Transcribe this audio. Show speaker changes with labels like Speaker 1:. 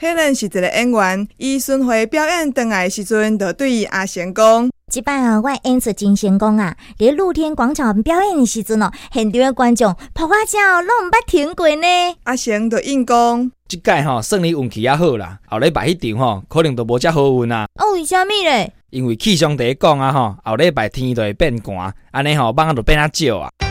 Speaker 1: 迄人是一个演员，伊巡回表演倒来的时阵，就对阿贤讲。
Speaker 2: 即摆啊，我演出真成功啊！伫露天广场表演的时阵哦，现场的观众拍我照拢毋捌停过呢。
Speaker 1: 阿贤就应讲，
Speaker 3: 即届吼算你运气较好啦，后礼拜迄场吼可能就无遮好运啊，
Speaker 2: 哦，为虾米咧？
Speaker 3: 因为气象第一讲啊吼，后礼拜天就会变寒，安尼吼蚊仔就变较少啊。